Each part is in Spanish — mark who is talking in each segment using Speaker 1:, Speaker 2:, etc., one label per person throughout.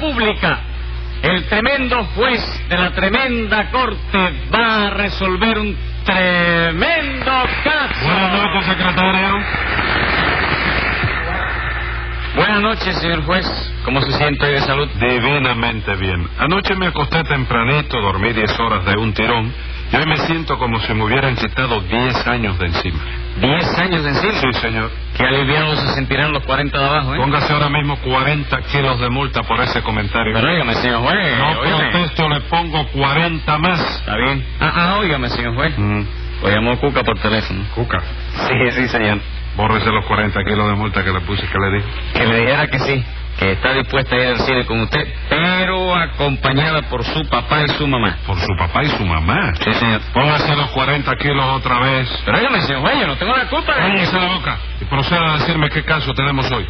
Speaker 1: pública. El tremendo juez de la tremenda corte va a resolver un tremendo caso.
Speaker 2: Buenas noches, secretario.
Speaker 1: Buenas noches, señor juez. ¿Cómo se siente hoy de salud?
Speaker 2: Divinamente bien. Anoche me acosté tempranito, dormí 10 horas de un tirón y hoy me siento como si me hubieran quitado 10 años de encima.
Speaker 1: Diez años de encima.
Speaker 2: Sí, señor.
Speaker 1: Qué aliviados se sentirán los 40 de abajo, ¿eh?
Speaker 2: Póngase ahora mismo 40 kilos de multa por ese comentario.
Speaker 1: Pero óigame, señor juez.
Speaker 2: no
Speaker 1: óigame.
Speaker 2: protesto, le pongo 40 más.
Speaker 1: Está bien. Ah, ah, óigame, señor juez.
Speaker 2: Mm,
Speaker 1: Lo llamó Cuca por teléfono.
Speaker 2: Cuca,
Speaker 1: Sí, sí, señor.
Speaker 2: bórrese los 40 kilos de multa que le puse, que le di.
Speaker 1: Que le dijera que sí, que está dispuesta a ir al cine con usted, pero acompañada por su papá y su mamá.
Speaker 2: Por su papá y su mamá.
Speaker 1: Sí, señor.
Speaker 2: Póngase los 40 kilos otra vez.
Speaker 1: Pero óigame, señor juez, yo no tengo la culpa de
Speaker 2: Cállese la boca y proceda a decirme qué caso tenemos hoy.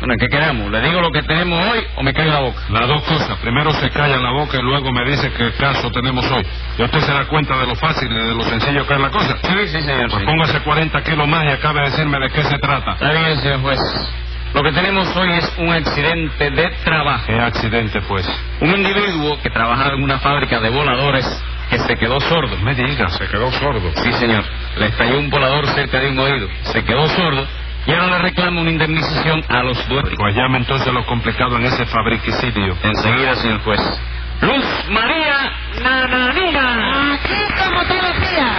Speaker 1: Bueno, ¿qué queramos? ¿Le digo lo que tenemos hoy o me cae la boca?
Speaker 2: Las dos cosas. Primero se calla la boca y luego me dice qué caso tenemos hoy. Y usted se da cuenta de lo fácil y de lo sencillo que es la cosa.
Speaker 1: Sí, sí, señor.
Speaker 2: Pues póngase 40 kilos más y acabe de decirme de qué se trata.
Speaker 1: Está bien, señor juez. Lo que tenemos hoy es un accidente de trabajo.
Speaker 2: ¿Qué accidente, pues?
Speaker 1: Un individuo que trabajaba en una fábrica de voladores que se quedó sordo.
Speaker 2: Me diga, se quedó sordo.
Speaker 1: Sí, señor. Le estalló un volador cerca de un oído. Se quedó sordo y ahora le reclama una indemnización a los dueños.
Speaker 2: Pues llame entonces lo complicado en ese fabricicidio.
Speaker 1: Enseguida, señor juez. Luz María Nananina.
Speaker 3: Aquí como todos los días.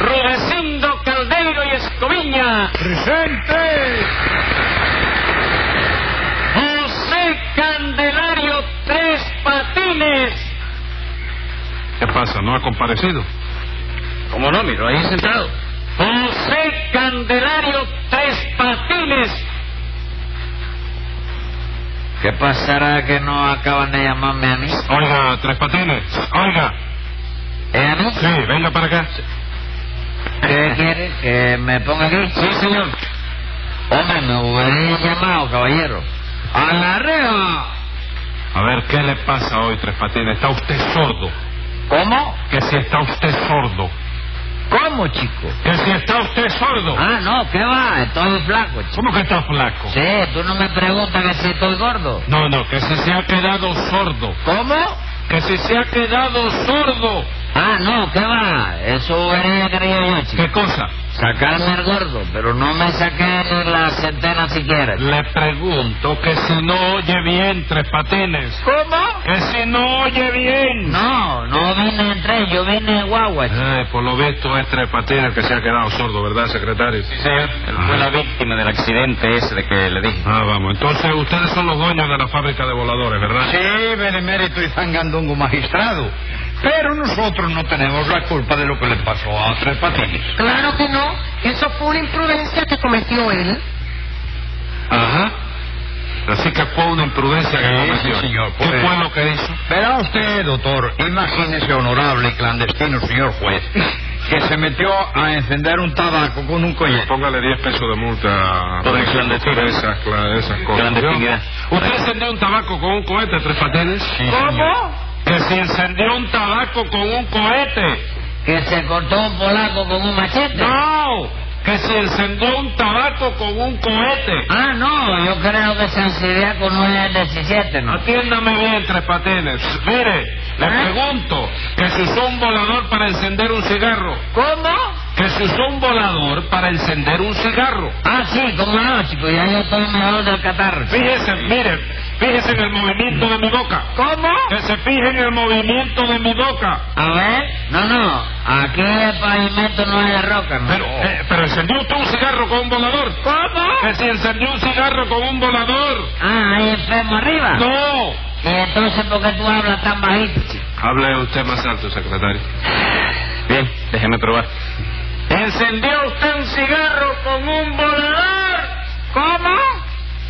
Speaker 1: Rudecindo Caldeiro y Escoviña.
Speaker 4: ¡Presente!
Speaker 1: José Candelario Tres Patines.
Speaker 2: ¿Qué pasa? ¿No ha comparecido?
Speaker 1: ¿Cómo no? Miro ahí sentado. José Candelario Tres Patines.
Speaker 4: ¿Qué pasará que no acaban de llamarme a mí?
Speaker 2: Oiga, Tres Patines. Oiga.
Speaker 4: ¿Eh, a mí?
Speaker 2: Sí, venga para acá.
Speaker 4: ¿Qué quieres? ¿Que me ponga aquí?
Speaker 1: Sí, señor.
Speaker 4: Hombre, me hubiera llamado, caballero. ¡A la reja!
Speaker 2: A ver, ¿qué le pasa hoy, Tres Patines? ¿Está usted sordo?
Speaker 4: ¿Cómo?
Speaker 2: Que si está usted sordo.
Speaker 4: ¿Cómo, chico?
Speaker 2: Que si está usted sordo.
Speaker 4: Ah, no, ¿qué va? Estoy flaco, chico.
Speaker 2: ¿Cómo que está flaco?
Speaker 4: Sí, tú no me preguntas que si estoy gordo.
Speaker 2: No, no, que si se ha quedado sordo.
Speaker 4: ¿Cómo?
Speaker 2: Que si se ha quedado sordo.
Speaker 4: Ah, no, ¿qué va? Eso hubiera creído yo, chico.
Speaker 2: ¿Qué cosa?
Speaker 4: Sacarme el gordo, pero no me saqué ni la centena siquiera.
Speaker 2: Le pregunto que si no oye bien, Tres Patines.
Speaker 4: ¿Cómo?
Speaker 2: Que si no oye bien.
Speaker 4: No, no vine en tren, yo vine en guagua.
Speaker 1: pues.
Speaker 4: chico.
Speaker 2: Ay, por lo visto es Tres Patines que se ha quedado sordo, ¿verdad, secretario?
Speaker 1: Sí, señor. Él fue la víctima del accidente ese de que le dije.
Speaker 2: Ah, vamos. Entonces ustedes son los dueños de la fábrica de voladores, ¿verdad?
Speaker 5: Sí, benemérito y zangandongo magistrado. Pero nosotros no tenemos la culpa de lo que le pasó a Tres Patines.
Speaker 3: Claro que no. Eso fue una imprudencia que cometió él.
Speaker 2: Ajá. Así que fue una imprudencia que
Speaker 5: Sí,
Speaker 2: cometió.
Speaker 5: sí, señor,
Speaker 2: ¿Qué
Speaker 5: pues.
Speaker 2: fue lo que hizo?
Speaker 5: Verá usted, doctor, imagínese, honorable y clandestino señor juez, que se metió a encender un tabaco con un collar.
Speaker 2: Pues Póngale 10 pesos de multa
Speaker 1: Por el clandestino.
Speaker 2: esas, cla- esas cosas.
Speaker 1: Clandestinidad.
Speaker 2: ¿Usted encendió un tabaco con un cohete, Tres Patines? Que si encendió un tabaco con un cohete.
Speaker 4: Que se cortó un polaco con un machete.
Speaker 2: ¡No! Que se encendió un tabaco con un cohete.
Speaker 4: Ah, no, yo creo que San Siriaco no es el 17, ¿no?
Speaker 2: Atiéndame bien, Tres Patines. Mire, le
Speaker 4: ¿Ah?
Speaker 2: pregunto que si usó un volador para encender un cigarro.
Speaker 4: ¿Cómo?
Speaker 2: Que si usó un volador para encender un cigarro.
Speaker 4: Ah, sí, cómo no, chico, ya yo estoy mejor del catarro.
Speaker 2: Fíjese, mire, fíjese en el movimiento de mi boca.
Speaker 4: ¿Cómo?
Speaker 2: Que se fije en el movimiento de mi boca.
Speaker 4: A ver, no, no, aquí el pavimento no es de roca, ¿no?
Speaker 2: Pero, eh, pero encendió usted un cigarro con un volador.
Speaker 4: ¿Cómo?
Speaker 2: Que si encendió un cigarro con un volador.
Speaker 4: Ah, hay enfermo arriba.
Speaker 2: No.
Speaker 4: ¿Y entonces por qué tú hablas tan bajito, chico?
Speaker 2: Hable usted más alto, secretario.
Speaker 1: Bien, déjeme probar. Encendió usted un cigarro con un volador. ¿Cómo?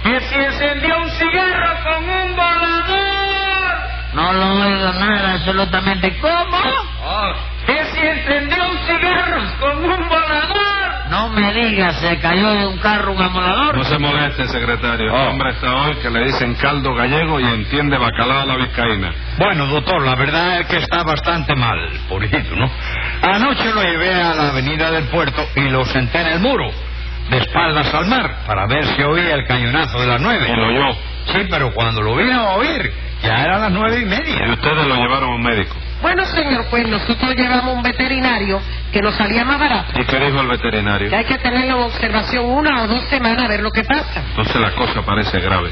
Speaker 1: Que si encendió un cigarro con un volador.
Speaker 4: No lo oigo nada, absolutamente. ¿Cómo?
Speaker 2: Oh.
Speaker 1: Que si encendió un cigarro con un volador.
Speaker 4: No me digas, se cayó de un carro un amolador.
Speaker 2: No se moleste, secretario.
Speaker 1: Oh.
Speaker 2: El hombre está hoy que le dicen caldo gallego y entiende bacalao a la vizcaína.
Speaker 5: Bueno, doctor, la verdad es que está bastante mal, pobrecito, ¿no? Anoche lo llevé a la avenida del puerto y lo senté en el muro, de espaldas al mar, para ver si oía el cañonazo de las nueve.
Speaker 2: Y lo oyó.
Speaker 5: Sí, pero cuando lo vine a oír, ya eran las nueve y
Speaker 2: Y
Speaker 5: media.
Speaker 2: ustedes lo llevaron a un médico.
Speaker 3: Bueno, señor, pues nosotros llevamos un veterinario que nos salía más barato.
Speaker 2: ¿Y qué dijo el veterinario?
Speaker 3: Que hay que tenerlo en observación una o dos semanas a ver lo que pasa.
Speaker 2: Entonces la cosa parece grave.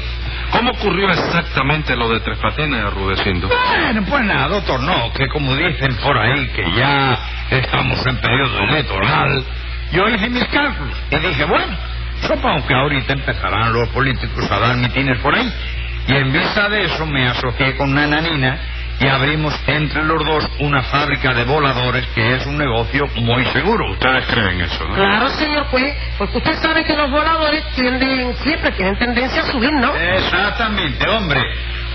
Speaker 2: ¿Cómo ocurrió exactamente lo de Tres Patines, Rudecindo?
Speaker 5: Bueno, pues nada, doctor, no, que como dicen por ahí que ya estamos en periodo electoral, yo hice mis cálculos y dije, bueno, supongo que ahorita empezarán los políticos a dar mitines por ahí. Y en vista de eso me asocié con una nanina y abrimos entre los dos una fábrica de voladores que es un negocio muy seguro.
Speaker 2: Ustedes creen eso, ¿no?
Speaker 3: Claro, señor, pues, porque usted sabe que los voladores tienden, siempre tienen tendencia a subir, ¿no?
Speaker 5: Exactamente, hombre.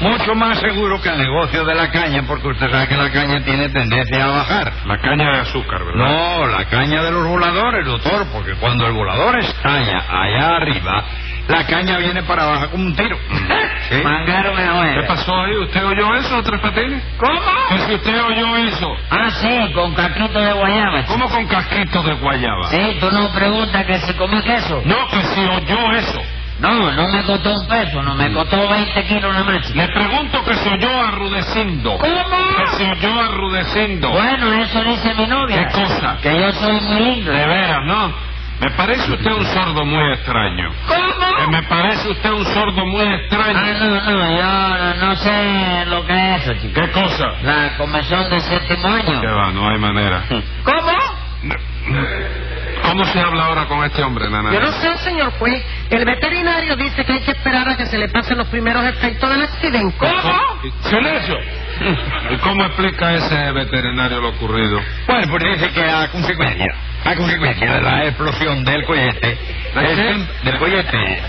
Speaker 5: Mucho más seguro que el negocio de la caña, porque usted sabe que la caña tiene tendencia a bajar.
Speaker 2: La caña de azúcar, ¿verdad?
Speaker 5: No, la caña de los voladores, doctor, porque cuando el volador estalla allá arriba, la caña viene para abajo como un tiro.
Speaker 3: ¿Eh?
Speaker 5: ¿Sí?
Speaker 4: Mangaron me
Speaker 2: ¿Qué
Speaker 4: ahora.
Speaker 2: pasó ahí? ¿Usted oyó eso, Tres Patines?
Speaker 3: ¿Cómo?
Speaker 2: Que si usted oyó eso,
Speaker 4: Ah, sí, con caquito de guayaba.
Speaker 2: ¿cómo con casquitos de guayaba?
Speaker 4: Sí, tú no preguntas que si comí queso.
Speaker 2: No, que si oyó eso.
Speaker 4: No, no me costó un peso, no
Speaker 3: Mm.
Speaker 4: me costó 20 kilos nada más.
Speaker 2: Le pregunto que si oyó a Rudecindo. Que si oyó a Rudecindo.
Speaker 4: Bueno, eso dice mi novia.
Speaker 2: ¿Qué cosa?
Speaker 4: Que yo soy muy lindo.
Speaker 2: De veras, ¿no? Me parece usted un sordo muy extraño. Que
Speaker 3: ¿Cómo?
Speaker 2: me parece usted un sordo muy
Speaker 4: Ah,
Speaker 2: extraño.
Speaker 4: no, no, yo no sé lo que es eso, chico.
Speaker 2: ¿Qué cosa?
Speaker 4: La comezón de séptimo año.
Speaker 2: Que va, no hay manera.
Speaker 3: ¿Cómo?
Speaker 2: ¿Cómo se habla ahora con este hombre, nana?
Speaker 3: Yo no sé, señor, pues, el veterinario dice que hay que esperar a que se le pasen los primeros efectos del accidente.
Speaker 2: ¡Silencio! ¿Y cómo explica ese veterinario lo ocurrido?
Speaker 5: Bueno, pues dice que a consecuencia, a consecuencia de la explosión del cohete,
Speaker 2: ¿De qué?
Speaker 5: este- del cohete,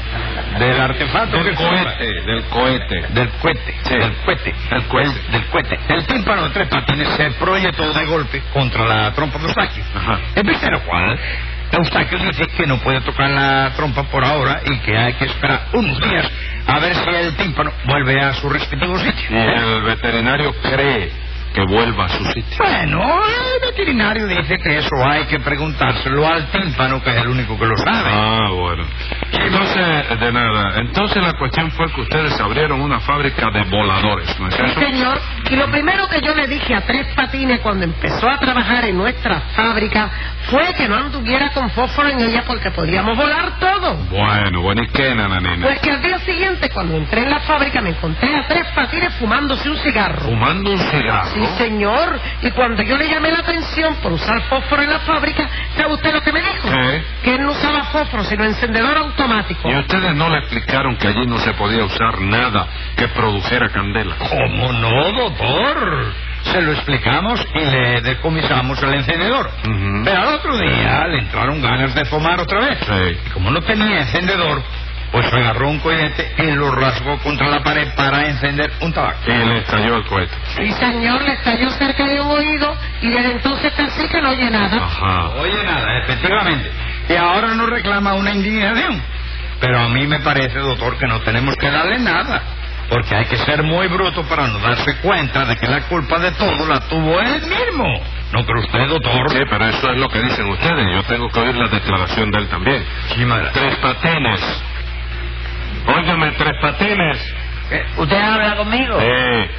Speaker 5: del artefacto que
Speaker 2: Del
Speaker 5: sobra-
Speaker 2: cohete, del cohete.
Speaker 5: del cohete,
Speaker 2: Sí.
Speaker 5: del cohete,
Speaker 2: Del cohete.
Speaker 5: El, del cohete. El tímpano de tres patines se proyectó de golpe contra la trompa de Eustaquio.
Speaker 2: Ajá.
Speaker 5: En vista de lo cual, Eustaquio dice que no puede tocar la trompa por ahora y que hay que esperar unos días a ver si el tímpano vuelve a su respectivo sitio.
Speaker 2: Y el veterinario cree que vuelva a su sitio.
Speaker 5: Bueno, el veterinario dice que eso hay que preguntárselo al tímpano, que es el único que lo sabe.
Speaker 2: Ah, bueno. Entonces, de nada. Entonces la cuestión fue que ustedes abrieron una fábrica de voladores, ¿no es
Speaker 3: Sí,
Speaker 2: cierto?
Speaker 3: señor. Y lo primero que yo le dije a Tres Patines cuando empezó a trabajar en nuestra fábrica fue que no anduviera con fósforo en ella porque podíamos volar todo.
Speaker 2: Bueno, bueno, ¿y qué, nananina?
Speaker 3: Pues que al día siguiente, cuando entré en la fábrica, me encontré a Tres Patines fumándose un cigarro.
Speaker 2: Fumando un cigarro.
Speaker 3: Sí, señor. Y cuando yo le llamé la atención por usar fósforo en la fábrica, ¿sabe usted lo que me dijo?
Speaker 2: ¿Qué?
Speaker 3: Que él no usaba fósforo, sino encendedor automático.
Speaker 2: Y ustedes no le explicaron que allí no se podía usar nada que produjera candela.
Speaker 5: ¿Cómo no, doctor? Se lo explicamos y le decomisamos el encendedor.
Speaker 2: Ujú.
Speaker 5: Pero al otro día le entraron ganas de fumar otra vez.
Speaker 2: Sí.
Speaker 5: Y como no tenía encendedor, pues agarró un cohete y lo rasgó contra la pared para encender un tabaco.
Speaker 2: Y le estalló el cohete.
Speaker 3: Sí, señor, le estalló cerca de un oído y desde entonces casi que no oye nada.
Speaker 2: Ajá.
Speaker 5: Oye, nada, efectivamente. Y ahora nos reclama una indignación. Pero a mí me parece, doctor, que no tenemos que darle nada. Porque hay que ser muy bruto para no darse cuenta de que la culpa de todo la tuvo él mismo. ¿No cree usted, doctor?
Speaker 2: Sí, pero eso es lo que dicen ustedes. Yo tengo que oír la declaración de él también.
Speaker 5: Sí, madre.
Speaker 2: Tres patines. Óigame, tres patines.
Speaker 3: Eh,
Speaker 4: ¿Qué? ¿Usted habla conmigo?
Speaker 2: Eh,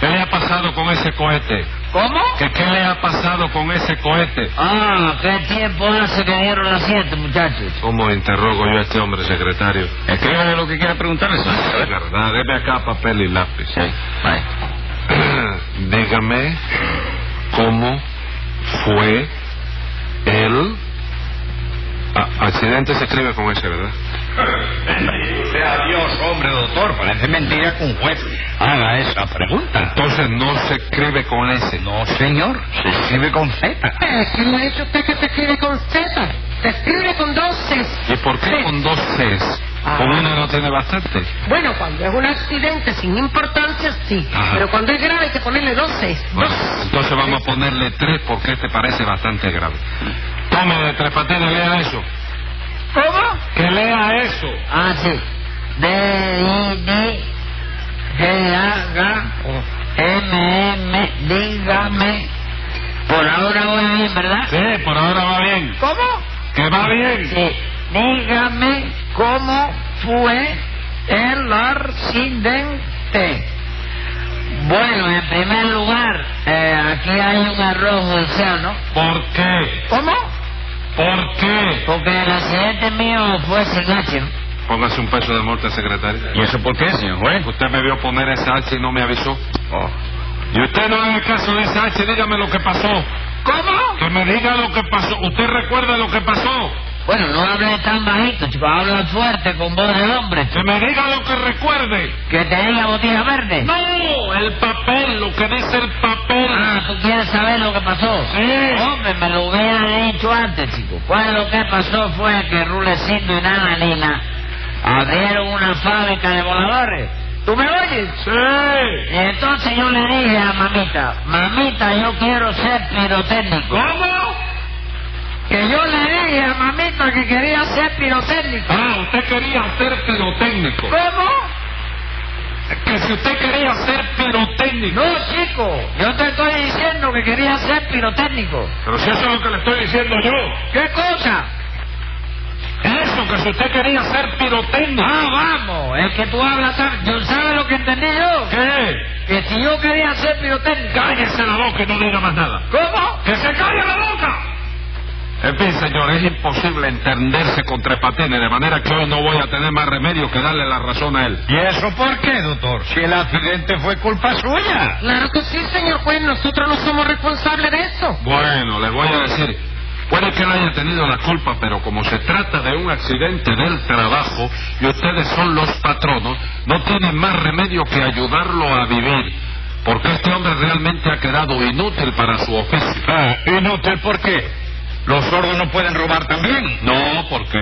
Speaker 2: ¿Qué le ha pasado con ese cohete?
Speaker 4: ¿Cómo?
Speaker 2: ¿Qué, ¿Qué le ha pasado con ese cohete?
Speaker 4: Ah, ¿qué tiempo hace que dieron la siete, muchachos?
Speaker 2: ¿Cómo interrogo yo a este hombre, secretario? Escríbale lo que quiera preguntarle, señor. Es verdad, deme acá papel y lápiz.
Speaker 4: Bueno.
Speaker 2: Dígame cómo fue el a- accidente se escribe con ese, ¿verdad?
Speaker 5: Sea Dios, hombre, doctor. Parece mentira que un juez haga esa pregunta.
Speaker 2: Entonces no se escribe con ese.
Speaker 5: No, señor. Se escribe con Z.
Speaker 3: Eh, ¿Quién le ha dicho a usted que se escribe con Z? Se escribe con dos Cs.
Speaker 2: ¿Y por qué con dos Cs? Con
Speaker 3: Ah.
Speaker 2: una no tiene bastante.
Speaker 3: Bueno, cuando es un accidente sin importancia, sí.
Speaker 2: Ajá.
Speaker 3: Pero cuando es grave hay que ponerle dos Cs.
Speaker 2: Bueno,
Speaker 3: Dos.
Speaker 2: entonces vamos a ponerle tres porque este parece bastante grave. Tome de tres patines, lea eso.
Speaker 3: ¿Cómo?
Speaker 2: Que lea eso.
Speaker 4: Ah, sí. D, I, D, G, A, G, M, M, dígame. Por ahora voy bien, ¿verdad?
Speaker 2: Sí, por ahora va bien.
Speaker 4: ¿Cómo?
Speaker 2: Que va bien.
Speaker 4: Sí. Dígame cómo fue el accidente. Bueno, en primer lugar, eh, aquí hay un arroz océano.
Speaker 2: ¿Por qué?
Speaker 4: ¿Cómo?
Speaker 2: ¿Por qué?
Speaker 4: Porque el accidente mío fue sin H.
Speaker 2: Póngase un peso de multa, secretario.
Speaker 5: ¿Y eso por qué, señor juez?
Speaker 2: Usted me vio poner esa H y no me avisó.
Speaker 3: Oh.
Speaker 2: Y usted no haga caso de esa H, dígame lo que pasó.
Speaker 4: ¿Cómo?
Speaker 2: Que me diga lo que pasó. ¿Usted recuerda lo que pasó?
Speaker 4: Bueno, no hable tan bajito, chico. Habla fuerte con voz de hombre.
Speaker 2: Que me diga lo que recuerde.
Speaker 4: Que tenía botella verde.
Speaker 2: No, el papel, lo que dice el papel.
Speaker 4: Ah, ¿tú quieres saber lo que pasó?
Speaker 2: Sí.
Speaker 4: Hombre, me lo hubiera dicho antes, chico. Pues lo que pasó fue que Rulecindo y Nana Nina abrieron una fábrica de voladores. ¿Tú me oyes?
Speaker 2: Sí.
Speaker 4: Y entonces yo le dije a mamita, mamita, yo quiero ser pirotécnico.
Speaker 2: ¿Cómo?
Speaker 4: Que yo le dije a mamita que quería ser pirotécnico.
Speaker 2: Ah, usted quería ser pirotécnico.
Speaker 4: ¿Cómo?
Speaker 2: Que si usted quería ser pirotécnico.
Speaker 4: No, chico, yo te estoy diciendo que quería ser pirotécnico.
Speaker 2: Pero si eso es lo que le estoy diciendo yo.
Speaker 4: ¿Qué cosa?
Speaker 2: Eso, que si usted quería ser pirotécnico.
Speaker 4: Ah, vamos, es que tú hablas tan... Yo, ¿Sabes lo que entendí yo?
Speaker 2: ¿Qué?
Speaker 4: Que si yo quería ser pirotécnico...
Speaker 2: Cállese la boca y no diga más nada.
Speaker 4: ¿Cómo?
Speaker 2: ¡Que se calle la boca! En fin, señor, es imposible entenderse con Tres Patines, de manera que hoy no voy a tener más remedio que darle la razón a él.
Speaker 5: ¿Y eso por qué, doctor? Si el accidente fue culpa suya.
Speaker 3: Claro que sí, señor juez, nosotros no somos responsables de eso.
Speaker 2: Bueno, le voy a decir, puede que él haya tenido la culpa, pero como se trata de un accidente del trabajo y ustedes son los patronos, no tienen más remedio que ayudarlo a vivir, porque este hombre realmente ha quedado inútil para su oficio.
Speaker 5: Ah, inútil, ¿por qué? Los sordos no pueden robar también.
Speaker 2: No, porque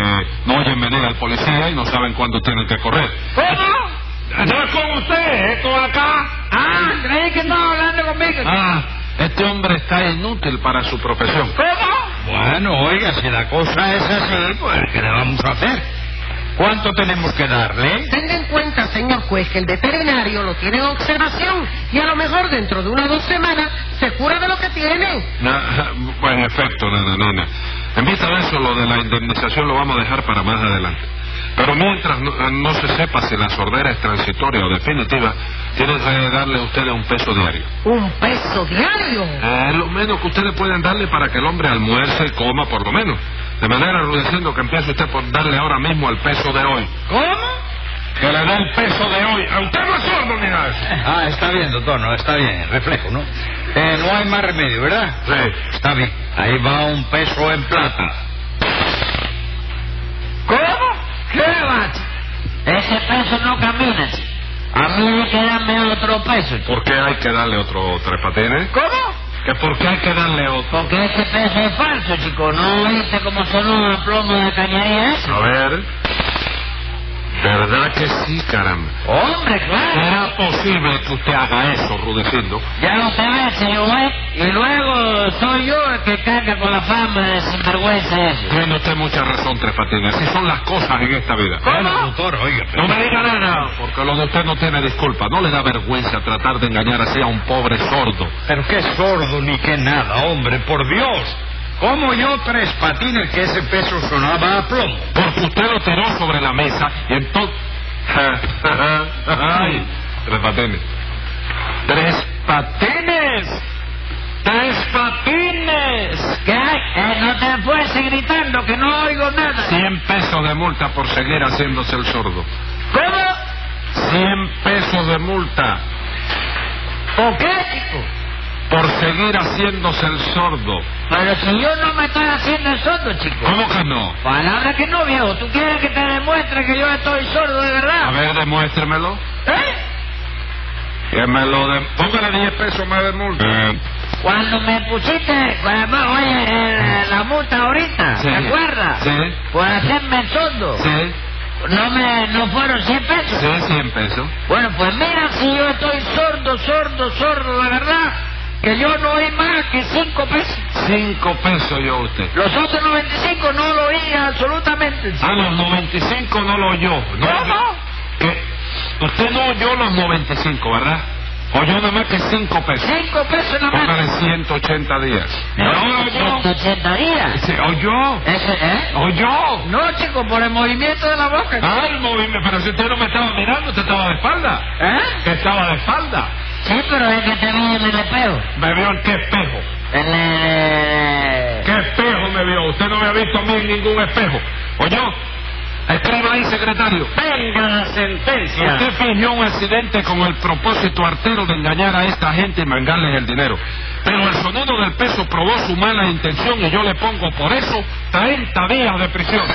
Speaker 2: no oyen venir al policía y no saben cuándo tienen que correr.
Speaker 4: ¿Cómo?
Speaker 2: No es con usted, es con acá.
Speaker 4: Ah, creí que estaba hablando conmigo.
Speaker 2: Ah, este hombre está inútil para su profesión.
Speaker 4: ¿Cómo?
Speaker 5: Bueno, oiga, si la cosa es así, pues, ¿qué le vamos a hacer? ¿Cuánto tenemos que darle?
Speaker 3: Tenga en cuenta, señor juez, que el veterinario lo tiene en observación y a lo mejor dentro de una o dos semanas se cura de lo que tiene.
Speaker 2: Na- en efecto, nena, nena. En vista de eso, lo de la indemnización lo vamos a dejar para más adelante. Pero mientras no, eh, no se sepa si la sordera es transitoria o definitiva, tienen que darle a ustedes un peso diario.
Speaker 3: Un peso diario.
Speaker 2: Eh, lo menos que ustedes pueden darle para que el hombre almuerce y coma, por lo menos. De manera, Rudecindo, que empiece usted por darle ahora mismo el peso de hoy.
Speaker 4: ¿Cómo?
Speaker 2: Que le dé el peso de hoy. A usted no es sordo, ni nada de eso.
Speaker 5: Ah, está bien, doctor, no, está bien, reflejo, ¿no? Eh, no hay más remedio, ¿verdad?
Speaker 2: Sí.
Speaker 5: Está bien. Ahí va un peso en plata.
Speaker 4: ¿Cómo? ¿Qué va? chico? Ese peso no camina. chico. A mí me queda medio otro peso. chico.
Speaker 2: ¿Por qué hay que darle otro tres patines?
Speaker 4: ¿Cómo?
Speaker 2: ¿Que ¿Por qué hay que darle otro?
Speaker 4: Porque ese peso es falso, chico. ¿No oíste cómo sonó el plomo de cañería eso?
Speaker 2: A ver. ¿Verdad que sí, caramba?
Speaker 4: Hombre, claro.
Speaker 2: ¿Era posible que usted haga eso, Rudecindo?
Speaker 4: Ya lo ve, señor juez. Y luego soy yo el que carga con la fama de sinvergüenza ese.
Speaker 2: Tiene usted mucha razón, Tres Patines. Así son las cosas en esta vida.
Speaker 5: Bueno, doctor, oiga, pero-
Speaker 2: No me diga nada, porque lo de usted no tiene disculpa. ¿No le da vergüenza tratar de engañar así a un pobre sordo?
Speaker 5: Pero qué sordo ni qué nada, hombre, por Dios. ¿Cómo yo tres patines que ese peso sonaba a plomo?
Speaker 2: Porque usted lo tiró sobre la mesa y entonces... Ay, tres patines. Tres patines. Tres patines.
Speaker 4: ¿Qué hay? Eh, no te fuese gritando que no oigo nada.
Speaker 2: Cien pesos de multa por seguir haciéndose el sordo.
Speaker 4: ¿Cómo?
Speaker 2: Cien pesos de multa
Speaker 4: ¿Por qué, chico?
Speaker 2: por seguir haciéndose el sordo.
Speaker 4: Pero si yo no me estoy haciendo el sordo, chico.
Speaker 2: ¿Cómo que no?
Speaker 4: Palabra que no, viejo. ¿Tú quieres que te demuestre que yo estoy sordo de
Speaker 2: A
Speaker 4: verdad?
Speaker 2: ver, demuéstremelo.
Speaker 4: ¿Eh?
Speaker 2: Que me lo de... Póngale 10 pesos más de multa.
Speaker 4: Cuando me pusiste, además, oye, eh, la multa ahorita,
Speaker 2: Ah, Sí.
Speaker 4: ¿te acuerdas?
Speaker 2: Sí.
Speaker 4: Por hacerme el sordo.
Speaker 2: Sí,
Speaker 4: No me, no fueron 100 pesos.
Speaker 2: sí, 100 pesos.
Speaker 4: Bueno, pues mira, si yo estoy sordo, sordo, sordo de verdad, que yo no oí más que 5 pesos.
Speaker 2: 5 pesos yo a usted.
Speaker 4: Los otros 95 no lo oí absolutamente.
Speaker 2: Ah, los 95 no lo oyó. No,
Speaker 4: ¿Cómo?
Speaker 2: Que usted no oyó los 95, ¿verdad? O yo nada más que cinco pesos.
Speaker 4: Cinco pesos nada más.
Speaker 2: Póngale 180 días.
Speaker 4: No, yo. 80 días.
Speaker 2: Sí, O yo.
Speaker 4: Eso, ¿eh?
Speaker 2: O yo.
Speaker 4: No, chico, por el movimiento de la boca.
Speaker 2: Ah, el movimiento. Pero si usted no me estaba mirando, usted estaba de espalda.
Speaker 4: ¿Eh?
Speaker 2: Que estaba de espalda.
Speaker 4: Sí, pero es que te vi en el espejo.
Speaker 2: Me vio en qué espejo.
Speaker 4: En el... eh,
Speaker 2: ¿Qué espejo me vio? Usted no me ha visto a mí en ningún espejo. ¿O yo? Escriba ahí, secretario.
Speaker 1: Venga la sentencia.
Speaker 2: Usted fingió un accidente con el propósito artero de engañar a esta gente y mangarles el dinero. Pero el sonido del peso probó su mala intención y yo le pongo por eso 30 días de prisión.